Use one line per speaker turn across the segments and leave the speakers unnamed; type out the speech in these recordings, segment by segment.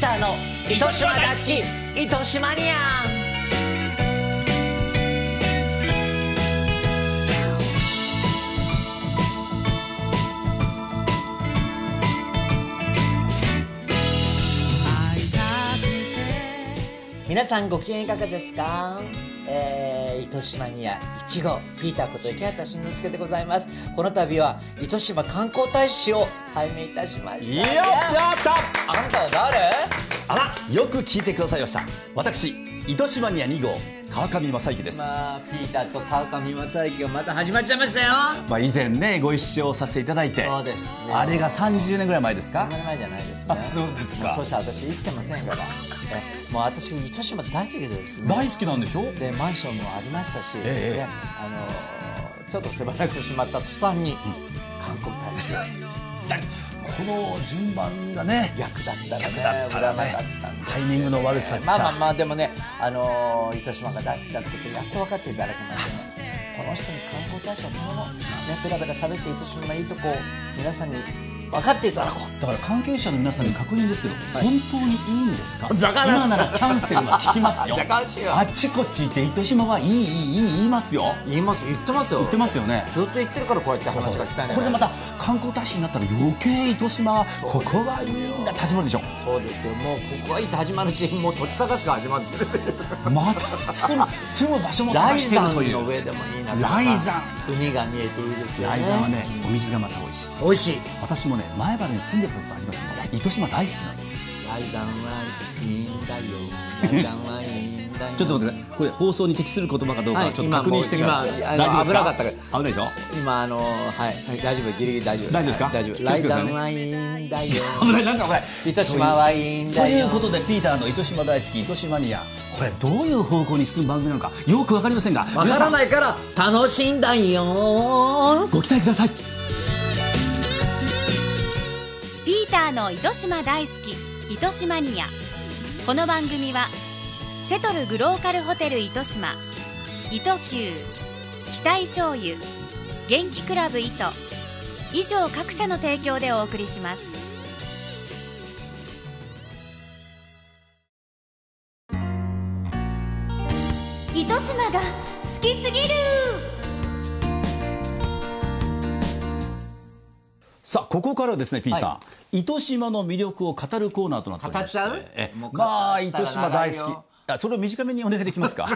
ターの糸島大好き糸島ニアン皆さんご機嫌いかがですか、えー、糸島にはいちごピーターこと池畑慎之介でございますこの度は糸島観光大使を拝命いたしました
いややった
あんたは誰
あらよく聞いてくださいました私糸島ニア2号川上正幸です、まあ
まあ、ピーターと川上正幸がまた始まっちゃいましたよ
以前ねご一緒させていただいて
そうですよ
あれが30年ぐらい前です
そ
か
んなに前じゃないですね
あそうですか
もそして私生きてませんからえもう私糸島大好きですね
大好きなんでしょ
でマンションもありましたし、
ええ
であのーちょっと手放してしまった途端に観光大使を
この順番がね
逆だったらね
逆だったら
売ら
ね
なかったんで
タイミングの悪さっちゃ、
まあまあまあでもね、あのー糸島が大好きだってことやっと分かっていただきましたねこの人に観光大使はこのねペラペラ喋って糸島のいいとこを皆さんに分かっていただこう
だから関係者の皆さんに確認ですけど、本当にいいんですか
だから
今ならキャンセルは聞きますよ
じゃあ関心は
あっちこっち行って糸島はいいいいいい言いますよ
言います言ってますよ
言ってますよね
ずっと言ってるからこうやって話がしたいんじゃ
こ
な
れで
いで
また
すか
観光大使になったら余計糸島はここはいいんだって始まるでしょ
そうですよもうここはいいって始まるしもう土地探しが始まってる
また住む住む場所も探
大
してる
山
という
の上でもいいな
雷山
海が見えていいですよね
雷山はねお水がまた美味しい
美味しい
私もね前原に住んでたことありますんで糸島大好きなんですよ
雷山はいいんだよ 雷山はいいんだよ
ちょっと待ってくださいこれ放送に適する言葉かどうか
は
はいちょっと確認してから
今もう今あ
大
の
丈夫です
危なかったから
危ないでしょ
今あのはい、大丈夫ギリギリ大丈夫
大丈夫ですか
大丈夫
気をつけ
雷
てくださ
山
いね
はいいんだよ
危ないなんか危ない
糸島はいいん
と
だ
い
よ
うことでピーターの糸島大好き糸島ニアこれどういう方向に進む番組なのかよくわかりませんが
わから
い
ないから楽しいんだよ
ご期待ください
ピーターの糸島大好き糸島ニアこの番組はセトルグローカルホテル糸島糸球期待醤油元気クラブ糸以上各社の提供でお送りします糸島が好きすぎる
さあここからはですねピーさん、
は
糸島の魅力を語るコーナーとなっておりまして
語っちゃう
ええ
もう語ったら
まあ糸島大
長い
好
よ
きあそれを短めにお願いで きますか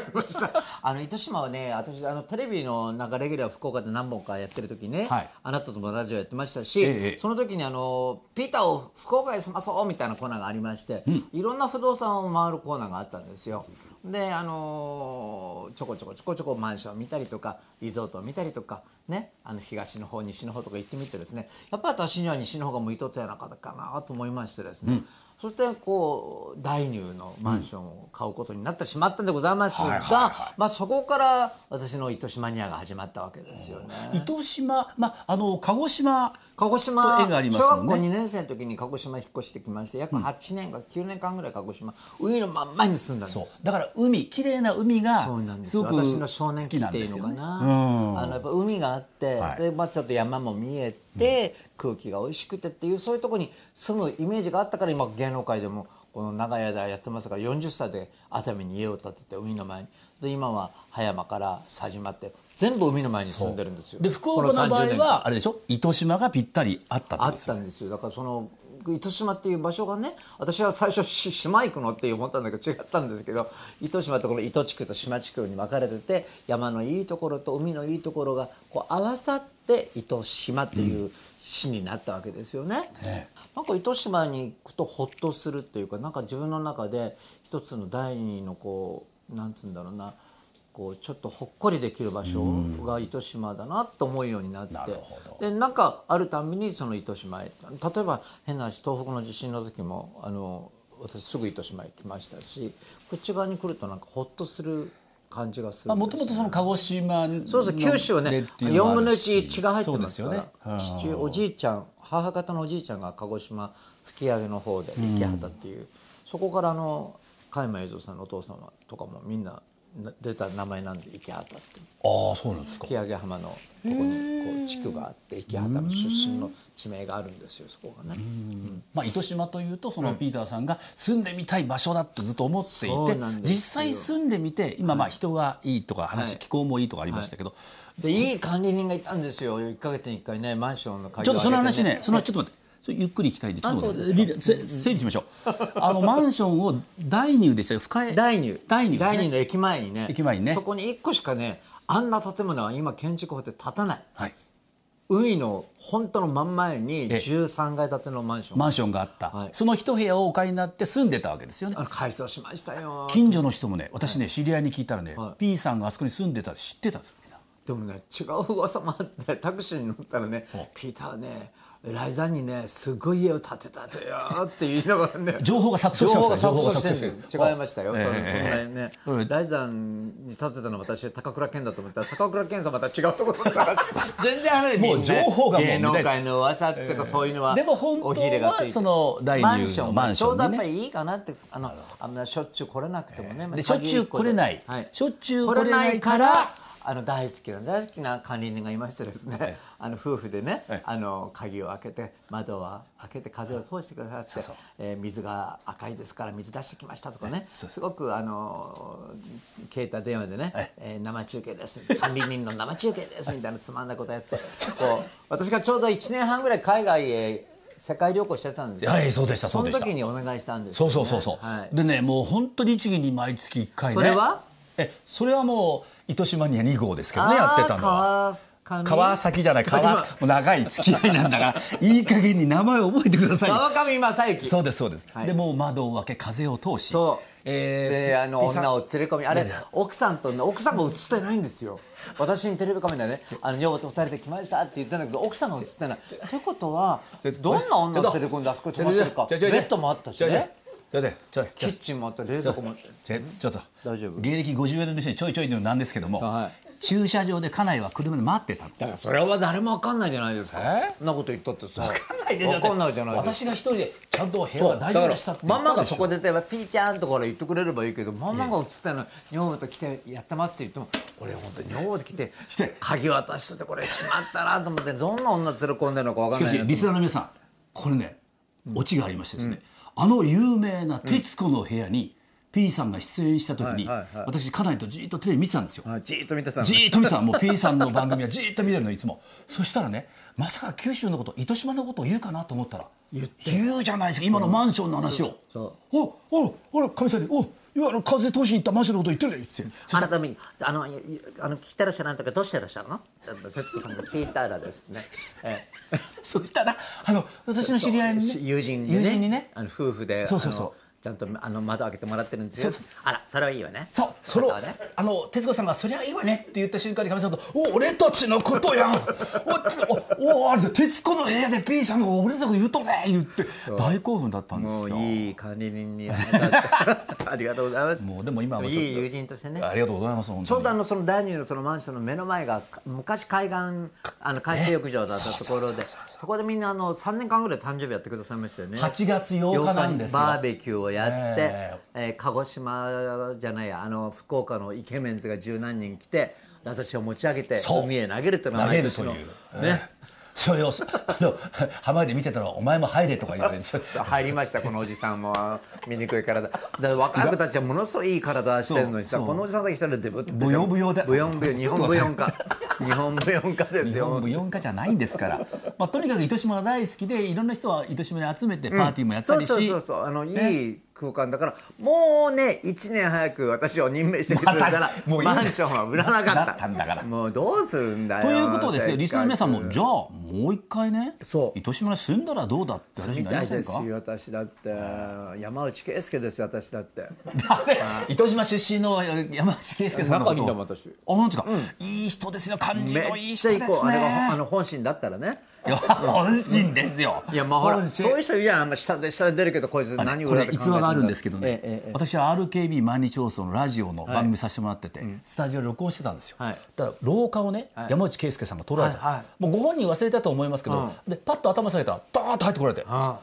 あの糸島はね私あのテレビのなんかレギュラー福岡で何本かやってる時ね、
はい
あなたともラジオやってましたし、
ええ
その時にあの「ピーターを福岡へ済まそう」みたいなコーナーがありまして、いろんな不動産を回るコーナーがあったんですよ。であのちょこちょこちょこちょこマンション見たりとかリゾートを見たりとか。ね、あの東の方西の方とか行ってみてですねやっぱり私には西の方が向いとったような方かなと思いましてですね、そしてこう大乳のマンションを買うことになってしまったんでございます
はい
が、
はいはい
まあ、そこから私の糸島ニアが始まったわけですよね。
糸島まああの鹿児島
鹿児島
と縁があります
小
もん
学
ね
校2年生の時に鹿児島引っ越してきまして約8年か9年間ぐらい鹿児島海のまんまに住んだんです
そうだから海綺麗な海が
そうなんです
す
よ
ごく
私の少年期
好き
っ
なん
てい
で
う
す
の
よ
か
ね
な、
うん
あのやっぱ海があって、
はい
でまあ、ちょっと山も見えて、空気が美味しくてっていうそういうところに住むイメージがあったから今芸能界でもこの長い間やってますから40歳で熱海に家を建てて海の前にで今は葉山から佐島って全部海の前に住んでるんですよ。
で福岡の
こ
場合
30年間
はあれでしょ糸島がぴったりあったって
あっ
ことですよ
たんですよだからその糸島っていう場所がね私は最初し島行くのって思ったんだけど違ったんですけど糸島ってこの糸地区と島地区に分かれてて山のいいところと海のいいところがこう合わさって糸島っていう市になったわけですよね。なんか糸島に行くとほっとするっていうかなんか自分の中で一つの第二のこうなんつうんだろうなこうちょっとほっこりできる場所が糸島だなと思うようになって、
なるほど
でなんかあるたんびにその糸島へ例えば変な話東北の地震の時もあの私すぐ糸島へ来ましたしこっち側に来るとなんかほっとする感じがする
まあ
んです
もともとその鹿児島の
そうそう九州はね
でっていう
4
もあ
分の
るし
1血が入ってますから
そうですよね
父おじいちゃん母方のおじいちゃんが鹿児島吹上の方で池畑っていう、そこからあの加山雄三さんのお父様とかもみんなな出た名前なんで池畑って
ああそうなんですか
木上浜のとこにこう地区があって池畑の出身の地名があるんですよそこがね。
まあ、糸島というとそのピーターさんが住んでみたい場所だってずっと思ってい
そう
て
なんですよ
実際住んでみて今まあ人がいいとか話、
はい
気候もいいとかありましたけど、
でいい管理人がいたんですよ1か月に1回ねマンションの会
ちょっとその話ねそのちょっと待ってそれゆっくりいきたいんでちょっと待ってリラせ整理しましょ うあのマンションを第入でしたよ深江
第二
第入ですね
の駅前にね
駅前にね
そこに1個しかねあんな建物は今建築法って建たない
はい、
海の本当の真ん前に
え
13階建てのマンション
マンションがあった、
はい
その一部屋をお買いになって住んでたわけですよね
あの改装しましたよ
近所の人もね私ね知り合いに聞いたらね、
はい
P さんがあそこに住んでたって知ってたんですよみんな
でもね違う噂もあってタクシーに乗ったらねピーターねライザンにねすごい家を建てたとよって言いながらね
情報が錯綜して
情
ま
報が
した
錯綜してるんです違いましたよ、
ええ
そのその
ええ
辺ね、大山に立てたのは私高倉健だと思ったら高倉健さんまた違うところだ ったらしい全然ある意味ね
もう情報がもう
芸能界の噂とかそういうのは、
でも本当
おひれがつい
は
て
その第
マンシ
2
ョ
の
ンマ
マ
ン
ン
シ
シ
ョ
ョ
ン、
ン
ちょう
に
どやっぱ
ね
りいいかなってあのあんましょっちゅう来れなくてもね、まあ
でしょっちゅう来れない
鍵一個で
しょっちゅう
来
来
れ
れ
な
ないい
か
からら
あの大好きな大好きな管理人がいましてですね、あの夫婦でね、
はい
あの鍵を開けて窓は開けて風を通してくださって、
そう
えー水が赤いですから水出してきましたとかね、
そうそう
すごくあの携帯電話でね、
はい
えー生中継です管理人の生中継ですみたいなつまんだことやってこう私がちょうど1年半ぐらい海外へ世界旅行してたんですよ
はいそうでしたそうでした
の時にお願いしたんです
そ
よ
う
ね
そうそうそう、
はい
でねもう本当律儀に毎月1回ね
それは
えそれはもう糸島には2号ですけどねやってたのは
あー川
川崎じゃない川も
今
う長い付き合いなんだから いい加減に名前を覚えてくださいよ
川上正幸
そうですそうです、
はい
でもう窓を開け風を通し
そう
え
であの女
を
を連れ込みあれ奥さんとね奥さんも映ってないんですよ私にテレビカメラでね「あの女房と二人で来ました」って言ったんだけど奥さんが映ってないってことはどんな女を連れ込んであそこに泊まってるかベッドもあったしね
ちょっとちょっと
キッチンもあった冷蔵庫もあった
ちょちょっと
大丈夫
芸歴50年の人にちょいちょいのなんですけども、
は
駐車場で家内は車で待ってたの
だからそれは誰も分かんないじゃないですかそんなこと言ったってさ分かんない分かんないじゃないですか
私が一人でちゃんと部屋
そ
は
う
大
だか
丈夫
ら
でしたって言
マ
っ
マ
た
が
でし
そ
ょ
こで例えば「ピーちゃん」とか言ってくれればいいけどママが映ってたの「女房と来てやってます」って言っても俺本当に女房と来て
して
鍵渡しといてこれしまったなと思ってどんな女連れ込んでるのか分か
し
ん
か
ない
し
な
リスナーの皆さんこれねオチがありましてですね、あの有名な『徹子の部屋』に P さんが出演した時に、
はいはいはい
私家内とじーっとテレビ見てたんですよ、
はいじーっと見てたの
じーっと見てたのもう P さんの番組はじーっと見れるのいつもそしたらねまさか九州のこと糸島のことを言うかなと思ったら言うじゃないですか今のマンションの話を、
そ
おおおらかみさんに「お今の風通しに行ったマンションのこと言ってるね」って
改めにあのいいあの聞いてらっしゃらないとかどうしてらっしゃるの徹子さんがピーターだですね、ええ
そしたらあの私 の知り合いに、ね、
友人にね
友人にね
あの夫婦で
そうそうそう
あのちゃんとあの窓開けてもらってるんですよ
そう
あらそれはいいわね
そう、その、
あなたはね
あの、徹子さんが、そりゃいいわねって言った瞬間に、かみさんと、お、俺たちのこ とやん。お、お、お、あれだ、徹子の部屋で P さんが俺たちのこと言うとね、言って、大興奮だったんで
も
す
う
よ。
いい管理人にあな たありがとうございます。
もうでも今はちょっと
いい友人としてね。
ありがとうございます、本
ちょうど
当
あ
に。
のその第二のそのマンションの目の前がか昔海岸あの海水浴場だったところでそこでみんなあの3年間ぐらい誕生日やってくださいましたよね
8月8日なんですよ
8日にバーベキューをやって、えー
え
鹿児島じゃないあの福岡のイケメンズが十何人来て私を持ち上げて
そう
海へ投げるっていうのが
投げるという
私のね、
それを、あの、 浜で見てたら、お前も入れとか言われて。
入りましたこのおじさんも醜い体だから若い子たちはものすごいいい体してるのにさ
そう
このおじさんだけ一人でデブってさ
ブヨブヨで
ブヨンブヨン日本ブヨン 化日本ブヨン化です
日本
よ
舞踊家じゃないんですから、まあ、とにかく糸島が大好きでいろんな人は糸島に集めてパーティーもやった
そう
りし、
そうそうそうあのいい空間だからもうね1年早く私を任命してくれたら
ま たもういい
マンションは売らなかった
だったんだから
もうどうするんだよ
ということです
せっか
よ
く
リスナーの皆さんもじゃあもう一回ね
そう
糸島に住んだらどうだって話に
み
なり
たい
ません
です
か
よ私だって山内圭介ですよ私だって
だって糸島出身の山内圭介さんの
仲
こと
いいんだもん私
あなんですか、いい人ですよ感じ
め
のいい
っ
人
ちゃ
で
いい
すね
子あれがあの本心だったらね
いや本心ですよ
いやまあほら
本心
そういう人いるじゃんあんま下で下で出るけどこいつ何
こ
裏で考え
れ
て
逸話があるんですけどね、
ええええ
私は RKB 毎日放送のラジオの番組させてもらってて、スタジオで録音してたんですよ、
はい
だから廊下をね、
はい
山内圭介さんが撮られた、
はいは
もうご本人忘れたと思いますけど、でパッと頭下げたらダーッと入ってこられて、な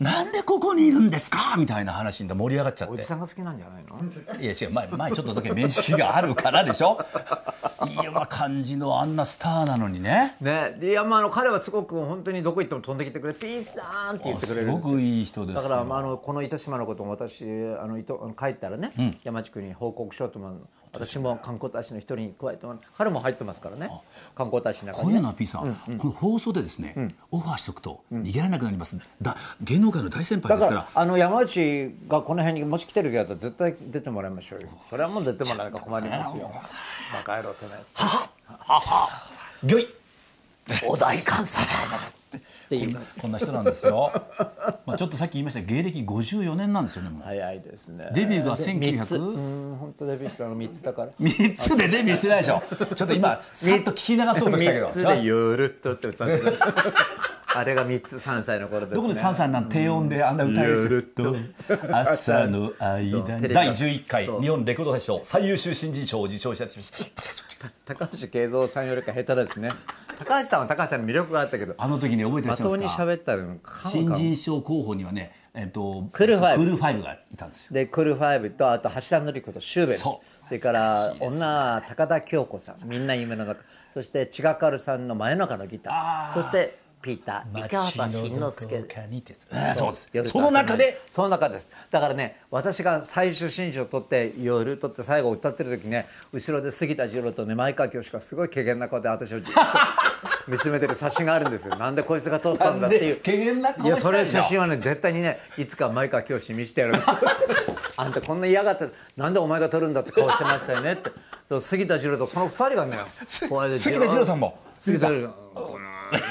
なんでここにいるんですかみたいな話で盛り上がっちゃっ
お
て
じさんが好きなんじゃないの
いや違う前前ちょっとだけ面識があるからでしょいやまあ感じのあんなスターなのにね
ねでいやまああの彼はすごく本当にどこ行っても飛んできてくれて「ピーさん」って言ってくれ
す
るん
ご
ですよ
くいい人です
だ
よ
から、まあ、あのこの糸島のことも私あの糸あの帰ったらね、山地区に報告しようと思うの私も観光大使の一人に加えてもらう彼も入ってますからね観光大使の中
こう
に
い
ね、
うのは P さん、この放送でですね、オファーしとくと逃げられなくなります、だ芸能界の大先輩
だ
で
か
すから
らあの山内がこの辺にもし来てるけど絶対出てもらいましょうよそれはもう出てもらえないから困りますよバカ野郎てね
ギョイ
お代官様っていう
こんな人なんですよ まあちょっとさっき言いました芸歴54年なんですよねもう
早いですね
デビューが
で
1900
三つうん本当デビューしたの3つだから
3つでデビューしてないでしょちょっと今さっと聞き流そうとしたけど
3つで「ゆるっと」って歌って たあれが3つ3歳の頃ですね
どこで三歳なん低音であんな歌える
ゆるっと
朝の間
テレ
に
ビ
第11回
そう
日本レコード大賞最優秀新人賞を受賞した人
高橋慶三さんよりか下手ですね高橋さんは高橋さんの魅力があったけど
あの時に覚えてら
ま
っしゃ
と
い
も
ま
に
すか
喋ったのか
新人賞候補にはねえっと
クールファイブ
クファイブがいたんですよ
でクールファイブとあと橋田紀子とシューベルス
そ
そうれから
懐かしいです
女
ね
は高田京子さんみんな夢の中そして千賀かるさんの真夜中のギタ
あ
ー
ー
そしてピーター池畑慎之
街の
介
どこかにてあそうです
夜と
その中で
その中ですだからね私が最終新書を取って夜取って最後歌ってる時ね後ろで杉田二郎とね前川教師がすごい軽減な顔で私を じっと見つめてる写真があるんですよなんでこいつが撮ったんだっていう
なんで軽減な顔してんの
いやそれ写真はね絶対にねいつか前川教師見してや るあんたこんな嫌がってなんでお前が撮るんだって顔してましたよねってそう杉田二郎とその二人がねこうやって
杉田二郎さんも
杉田二郎さんこ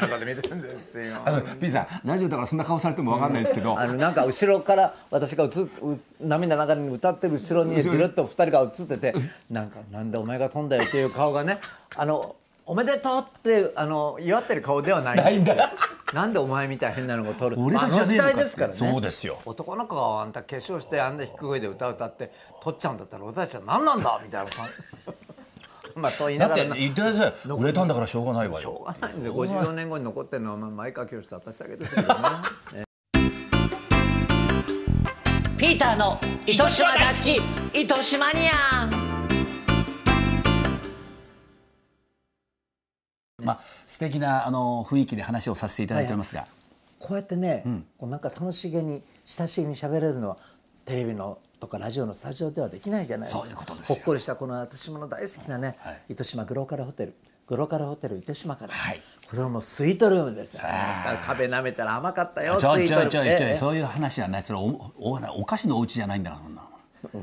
の中で見てるんですよ
あの P さんラジオだからそんな顔されてもわかんないですけど
あのなんか後ろから私が映っう涙流れに歌ってる後ろにずるっと二人が映っててなんかなんでお前が飛んだよっていう顔がねあのおめでとうってあの祝ってる顔ではない
ないんだ
なんでお前みたいな変なのを撮る
俺たちじゃねえのかっ
あの時
て
代ですからね
そうですよ
男の子があんた化粧してあんな低い声で歌歌って撮っちゃうんだったら俺たちは何なんだみたいなさ まあそう言いな
だっ
がら
て
な
言ってください売れたんだからしょうがないわ
しょ
よ
うがないんで54年後に残ってるのはまあ前川清と私だけですけどねええピーターの糸島大好き糸島ニアン
まあ素敵なあの雰囲気で話をさせていただいておりますが
こうやってね、こうなんか楽しげに親しげに喋れるのはテレビのとかラジオのスタジオではできないじゃないですか
そういうことですよ
ほっこりしたこの私もの大好きなね、
はい
糸島グローカルホテルグローカルホテル糸島から、
はい
これはもうスイートルームですよ
あ
壁舐めたら甘かったよ
ちょ
ス
いち
イー
ょ
ト
い
ル
ち
ー
ょ
ム
い
え
ちょ
え
いそういう話はないそれおおお菓子のお家じゃないんだからそんな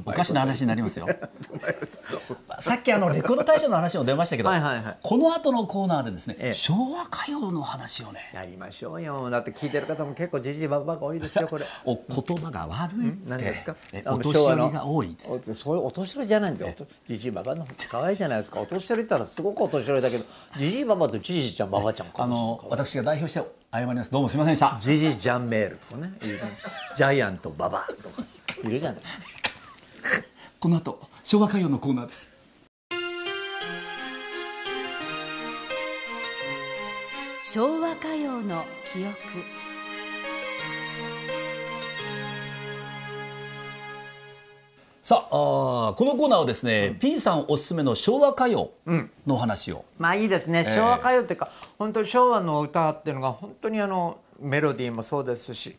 お菓子の話になりますよさっきあのレコード大賞の話も出ましたけど
はいはいはい
この後のコーナーでですね、
ええ
昭和歌謡の話をね
やりましょうよだって聞いてる方も結構じじいばばが多いですよ これ
お言葉が悪いって
何ですか
え
あの
お年寄りが多いです
昭和のおそういうお年寄りじゃないんですよおとじじいばばの方が可愛いじゃないですかお年寄りったらすごくお年寄りだけどじじいばばとじじいちゃんばばちゃんか
あの私が代表して謝りますどうもすみませんでした
じじいジャンメールとかねいいねジャイアントばばとかいるじゃない
この後昭和歌謡のコーナーです
昭和歌謡の記憶
さああーこのコーナーはですね、P さんおすすめの昭和歌謡のお話を、
まあいいですね昭和歌謡っていうか、本当に昭和の歌っていうのが本当にあのメロディーもそうですし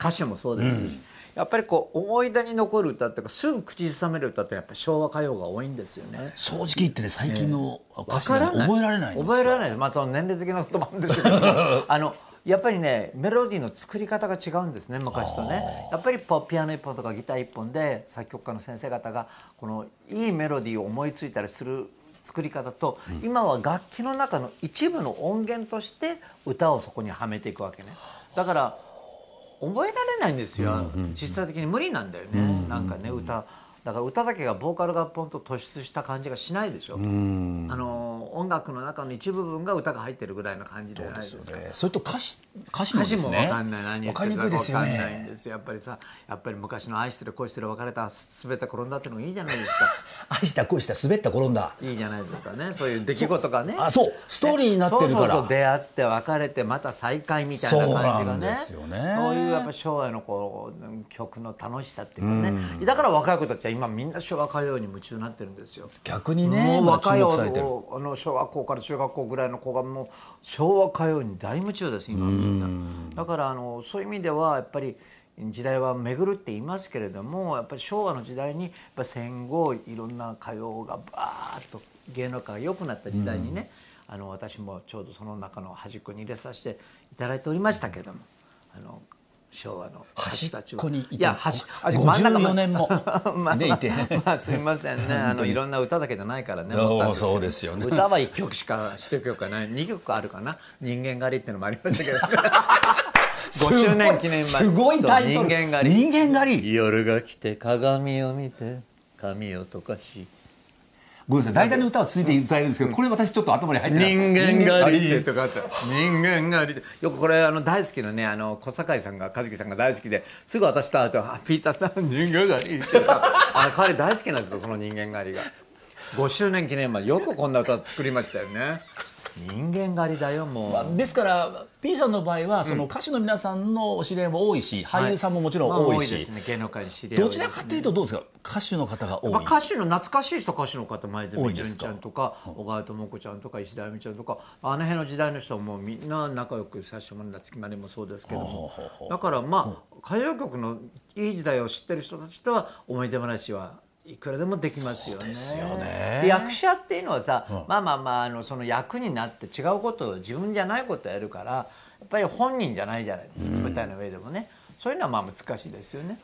歌詞もそうですし、やっぱりこう思い出に残る歌っていうかすぐ口ずさめる歌ってやっぱ昭和歌謡が多いんですよね。
正直言ってね最近の歌
わ
詞
か
なん
らな
て
い
覚えられないんですよ
覚えられないまあその年齢的なこともあるんでしょうけど あのやっぱりねメロディーの作り方が違うんですね昔とねやっぱりポピアノ一本とかギター一本で作曲家の先生方がこのいいメロディーを思いついたりする作り方と、今は楽器の中の一部の音源として歌をそこにはめていくわけねだから覚えられないんですよ、実際的に無理なんだよね、なんかね歌だから歌だけがボーカルがポンと突出した感じがしないでしょ、あのの音楽の中の一部分が歌が入ってるぐらいの感じじゃないですか。
ねそれと歌詞歌詞も
歌
で
詞
す
も
ね
わかんない何言って
わか
る
り
か
にくい
分
ですよ
かんないん
ね
ですよやっぱりさやっぱり昔の愛してる恋してる別れた全て転んだってのがいいじゃないですか
愛した恋した滑った転んだ
いいじゃないですかねそういう出来事がね
あそうストーリーになってる
そ
か
うそうそう
ら
出会って別れてまた再会みたいな感じがね
そうなんですよね
そういうやっぱ昭和のこう曲の楽しさっていうかね、だから若い子たちは今みんな昭和歌謡に夢中になってるんですよ
逆に
も
ね
う
まあ
若
注
い
目されてる
あの小学校から中学校ぐらいの子がもう昭和歌謡に大夢中です今みんなだからあのそういう意味ではやっぱり時代は巡るって言いますけれどもやっぱり昭和の時代にやっぱ戦後いろんな歌謡がバーッと芸能界が良くなった時代にね、あの私もちょうどその中の端っこに入れさせていただいておりましたけどもあの昭和の
端っ
たちは
こにいた
いや端あ
54年も
まあ
ねいて
まあすいませんねあのいろんな歌だけじゃないからね
どうも
思ったんけど
そうですよね
歌は1曲しか1曲かない2曲あるかな「人間狩り」ってのもありました けど5周年記念
すごいすごいタイトル
そう人間狩り
人間狩り
夜が来て鏡を見て髪を溶かし
ごめんなさい大体の歌は続いて歌えるんですけどこれ私ちょっと頭に入ってない
人間狩りってとかあった人間狩りってよくこれあの大好きなねあの小堺さんが和樹さんが大好きですぐ私と会うとあ「ピーターさん人間狩り」って言うから あの彼大好きなんですよその人間狩りが5周年記念までよくこんな歌作りましたよね人間狩りだよもう、
ですから P さんの場合はその歌手の皆さんのお知り合いも多いし、俳優さんももちろ
まあ
ん多い
多で
し
す、ね芸能界に知り合い
どちらかというとどうですか歌手の方が多い、
まあ、歌手の懐かしい人歌手の方前
多い
泉
んで
純
すか
ちゃんとか小川智子ちゃんとか石田亜美ちゃんとかあの辺の時代の人はもうみんな仲良くさせてもらった月までもそうですけどもだからまあ歌謡曲のいい時代を知ってる人たちとは思い出話はいくらでもできますよね。で役者っていうのはさ、まあまあまああのその役になって違うことを自分じゃないことをやるからやっぱり本人じゃないじゃないですか、舞台の上でもねそういうのはまあ難しいですよね。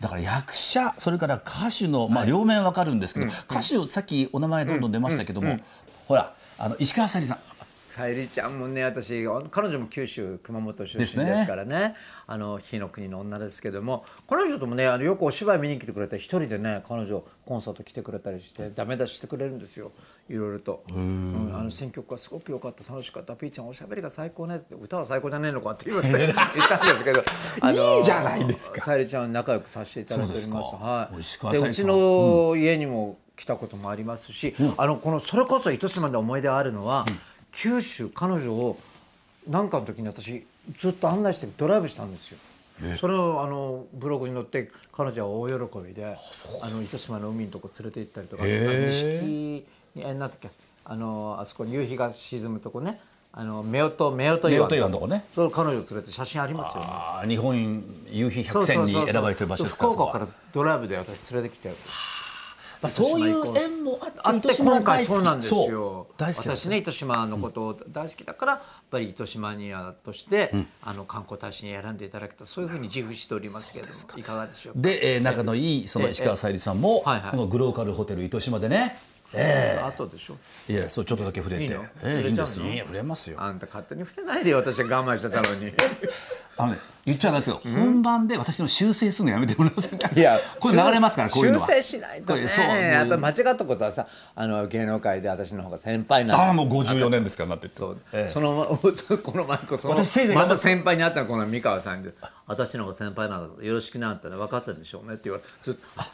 だから役者それから歌手の、まあ、両面わかるんですけど、歌手さっきお名前どんどん出ましたけども、ほらあの石川さゆりさん
さゆりちゃんもね私彼女も九州熊本出身ですからねあの火の国の女ですけども彼女ともねあのよくお芝居見に来てくれて一人でね彼女コンサート来てくれたりしてダメ出ししてくれるんですよいろいろと、うんあの選曲がすごく良かった楽しかったピーちゃんおしゃべりが最高ねって歌は最高じゃねえのかって言 われて言ったんですけどあの
いいじゃないですか
さゆりちゃん仲良くさせていただいておりまし
そ
た
うですか
はい
石川
で
さゆ
う
り
ち
さん
の家にも来たこともありますし、あのこのそれこそ糸島で思い出あるのは、九州彼女を何かの時に私ずっと案内してドライブしたんですよ。それをあのブログに載って彼女は大喜びであの糸島の海のとこ連れて行ったりとか錦にえなんだっけあのあそこに夕日が沈むとこねあの夫婦夫婦
夫
岩
婦岩のとこね
そう彼女を連れて写真ありますよね。
あー日本夕日
そ
百
うそ
選
う
に
そうそう
選ばれてる場所ですか
福岡かららドライブで私連れてきて
そういう縁もあ
あ
って
って
糸島
今
が大
回
好き
そうなんですよ
そう大好きなんです
私ね糸島のこと大好きだからやっぱり糸島ニアとして、あの観光大使に選んでいただけたそういうふうに自負しておりますけれどもいかがでしょうか
で、えー、仲のいいその石川さゆりさんも、
ええはいはい
このグローカルホテル糸島でね
あとでしょ
いやそうちょっとだけ触れて
いいの
ええ
触れちゃうの
いいんですいいよ触れますよ
あんた勝手に触れないでよ私は我慢してたのに
あのね言っちゃうんですけど、本番で私の修正するのやめてもらえませんか
いや
これ流れますからこういうのは
修正しないと
こ
ね
れそう
やっぱり間違ったことはさあの芸能界で私の方が先輩なんで
ああもう54年ですからなって言って
そう、
ええ
その この前こその
私せいぜい
また先輩に会ったのこの三河さんで「私の方が先輩なんだからよろしくな」ってね分かったんでしょうねって言われてずっとあ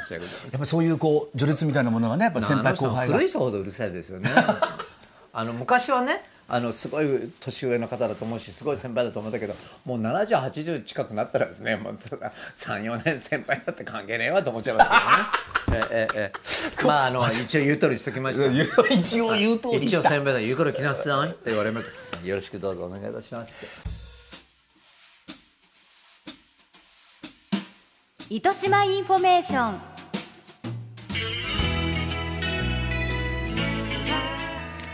申し訳ございません
やっぱりそういうこう序列みたいなものがねやっぱ先輩後輩
あの人
が
古い人ほどうるさいですよね あの昔はねあのすごい年上の方だと思うしすごい先輩だと思ったけどもう7080近くなったらですねもう34年先輩だって関係ねえわと思っちゃいます よねええええまああの一応言う通りにしときました
一応言う通り
一
し
応
た
先輩だ言うから来なさいって言われましたよろしくどうぞお願いいたしますって
糸島インフォメーション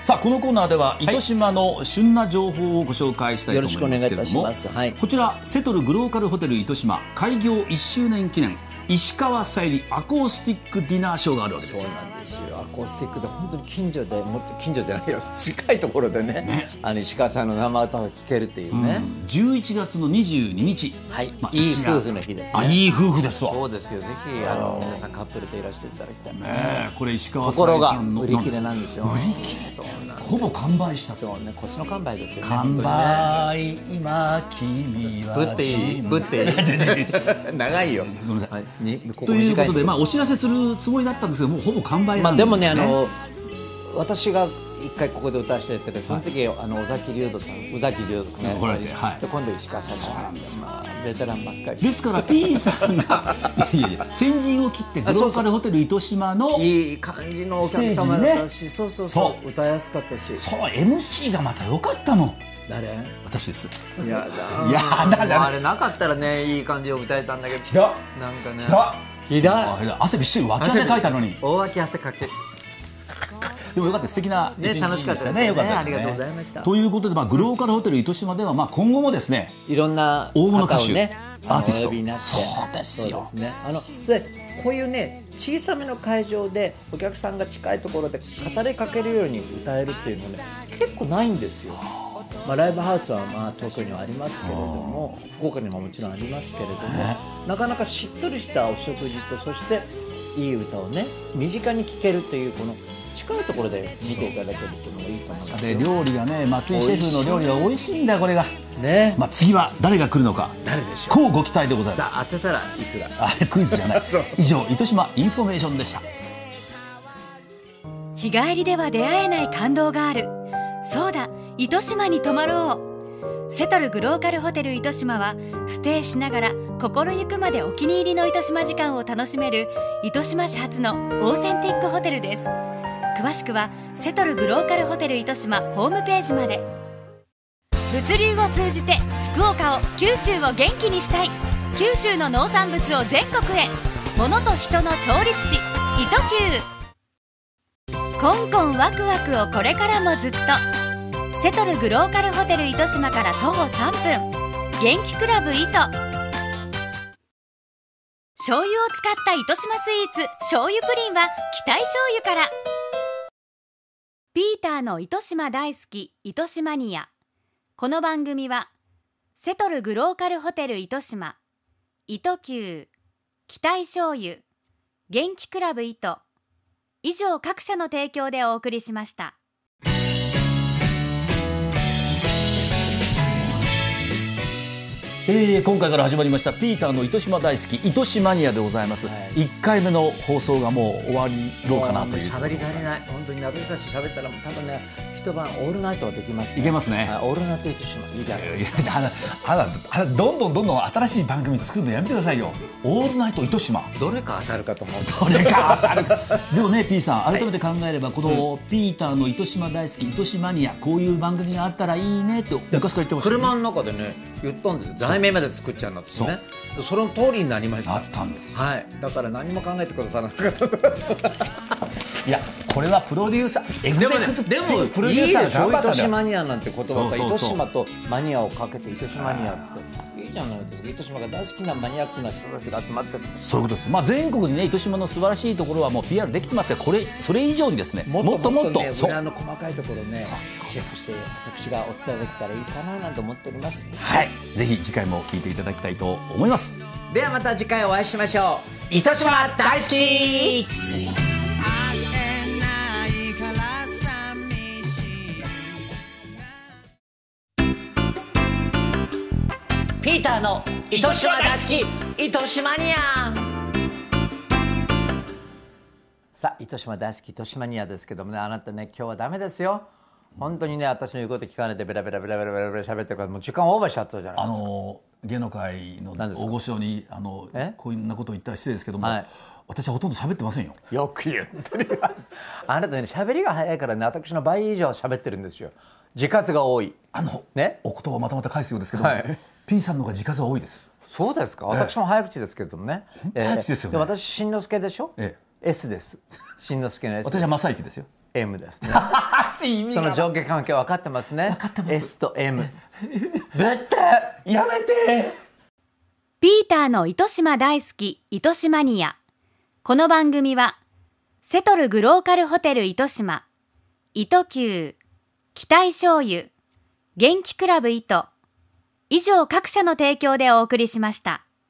さあこのコーナーでは糸島の旬な情報をご紹介したいと思いますけれども、
よろしくお願いいたしますはい
こちらセトルグローカルホテル糸島開業1周年記念石川さゆりアコースティックディナーショーがあるわけです
そう
よ
なんですよアコースティックで本当に近所でもっと近所じゃないよ近いところでねあの石川さんの生歌を聴けるっていうね、
11月の22日
はい
まあ
いい
一夜
夫婦の日ですね
あいい夫婦ですわ
そうですよぜひあの皆さんカップルでいらしていただきたい、
ねえこれ石川
と
さ
ころ
ゆり
が
さんの
売り切れなんですよ
売り切れ
そうなん
ほぼ完売したと
そうね腰の完売ですよね
完
本当にね
売今君は
ぶっていいぶっていい 長いよ
ごめんなさい
にこと
いう ことで、ま
ま
あ、お知らせするつもりだったんですけどもうほぼ完売
あ、
なん
ですもねあの私が一回ここで歌わせていただいてその時、あの尾崎龍斗さん宇崎龍斗さんが
来られてはい
で今度石川さんそうなんですベテランばっかり
で すから P さんがいやいやいや先陣を切ってグローカルホテル糸島の
いい感じのお客様だった
ス
し、そうそうそう
そう
歌いやすかったし
そう MC がまた良かったの
誰
私です
やだ
いやだじゃない
あれなかったらねいい感じで歌えたんだけど
ひどい
なんかね
ひどい
ひどい
あ汗びっしり脇汗かいたのに
大脇汗かけ
でもよかった素敵な一日
ね楽しかったですね
よかったですね
ありがとうございました
ということで、まあ、グローカルホテル糸島では、まあ、今後もですね
いろんな
大物歌手
方をね、
アーティスト
お呼びになって
そうですよ
そうですね。あのでこういうね小さめの会場でお客さんが近いところで語りかけるように歌えるっていうのね結構ないんですよ。まあ、ライブハウスはまあ東京にはありますけれども福岡にももちろんありますけれども、なかなかしっとりしたお食事とそしていい歌をね身近に聴けるというこの近いところで見ていただけるっていうのもいいと思います
で
よ。
料理がね松井シェフの料理が美味しいんだよこれが、
ね、
まあ、次は誰が来るのか
誰でしょ。
こうご期待でございうます
さあ当てたらいくら。
あれクイズじゃない以上糸島インフォメーションでした
日帰りでは出会えない感動があるそうだ糸島に泊まろうセトルグローカルホテル糸島はステイしながら心ゆくまでお気に入りの糸島時間を楽しめる糸島市発のオーセンティックホテルです詳しくはセトルグローカルホテル糸島ホームページまで物流を通じて福岡を九州を元気にしたい九州の農産物を全国へ物と人の調律師糸球コンコンワクワクをこれからもずっとセトルグローカルホテル糸島から徒歩3分元気クラブ糸醤油を使った糸島スイーツ醤油プリンは期待醤油からピーターの糸島大好き糸島ニアこの番組はセトルグローカルホテル糸島糸球期待醤油元気クラブ糸以上各社の提供でお送りしました。
えー今回から始まりましたピーターの糸島大好き糸島ニアでございます、
はい
一1回目の放送がもう終わりろうかなというとこ
喋
ろ
り足りない本当に私たち喋ったら多分ね一晩オールナイトはできます、
いけますね
はいオールナイト糸島いいじゃん
いやあなあなあなどんどんどんどん新しい番組作るのやめてくださいよ「オールナイト糸島」
どれか当たるかと思う
どれか当たるかでもね P さん改めて考えれば、このピーターの糸島大好き糸島ニアこういう番組があったらいいねって昔から言ってましたよね
車の中でね言ったんですよ題名まで作っちゃうんだってねそれの通りになりました
あったんです
はいだから何も考えてくださらなかった
いやこれはプロデューサーエグ
で
ゼク
もね
ティブ
で
プ
も
ロ
い
デ
い
ュー
でし
サーが
ょ
頑張
糸
ったんだよ
島ニアなんて言葉
そう
が
そうそう
糸島とマニアをかけて糸島ニアっていいじゃないですか糸島が大好きなマニアックな人たちが集まってる
そういうことです、まあ、全国にね糸島の素晴らしいところはもう PR できてますがこれそれ以上にですねもっともっと
ね
そう
裏の細かいところねチェックして私がお伝えできたらいいかななんて思っております
はいぜひ次回も聞いていただきたいと思います
ではまた次回お会いしましょう糸島大好きピーターの糸島大好き糸島ニアさあ糸島大好き糸島ニアですけどもねあなたね今日はダメですよ本当にね私の言うこと聞かないでベラベラベラベラベラベラ喋ってるからもう時間オーバーしちゃったじゃない
あの芸能界の
何ですか
大御所にあの
え
こんなことを言ったら失礼ですけども、
はい
私はほとんど喋ってませんよ
よく言ってるよ あなたね喋りが早いからね私の倍以上喋ってるんですよ自活が多い
あの、
ね
お言葉をまたまた返すようですけども、
はい
P さんの方が自家数は多いです
そうですか私も早口ですけれどもね、
本当早口ですよね
も私しんのすけでしょ、
え
S ですしんのすけの S
私は正行ですよ
M です ね
意味
その上下関係分かってますね分かってます S と M ぶって
やめて
ピーターの糸島大好き糸島ニアこの番組はセトルグローカルホテル糸島糸球期待醤油元気クラブ糸以上各社の提供でお送りしました。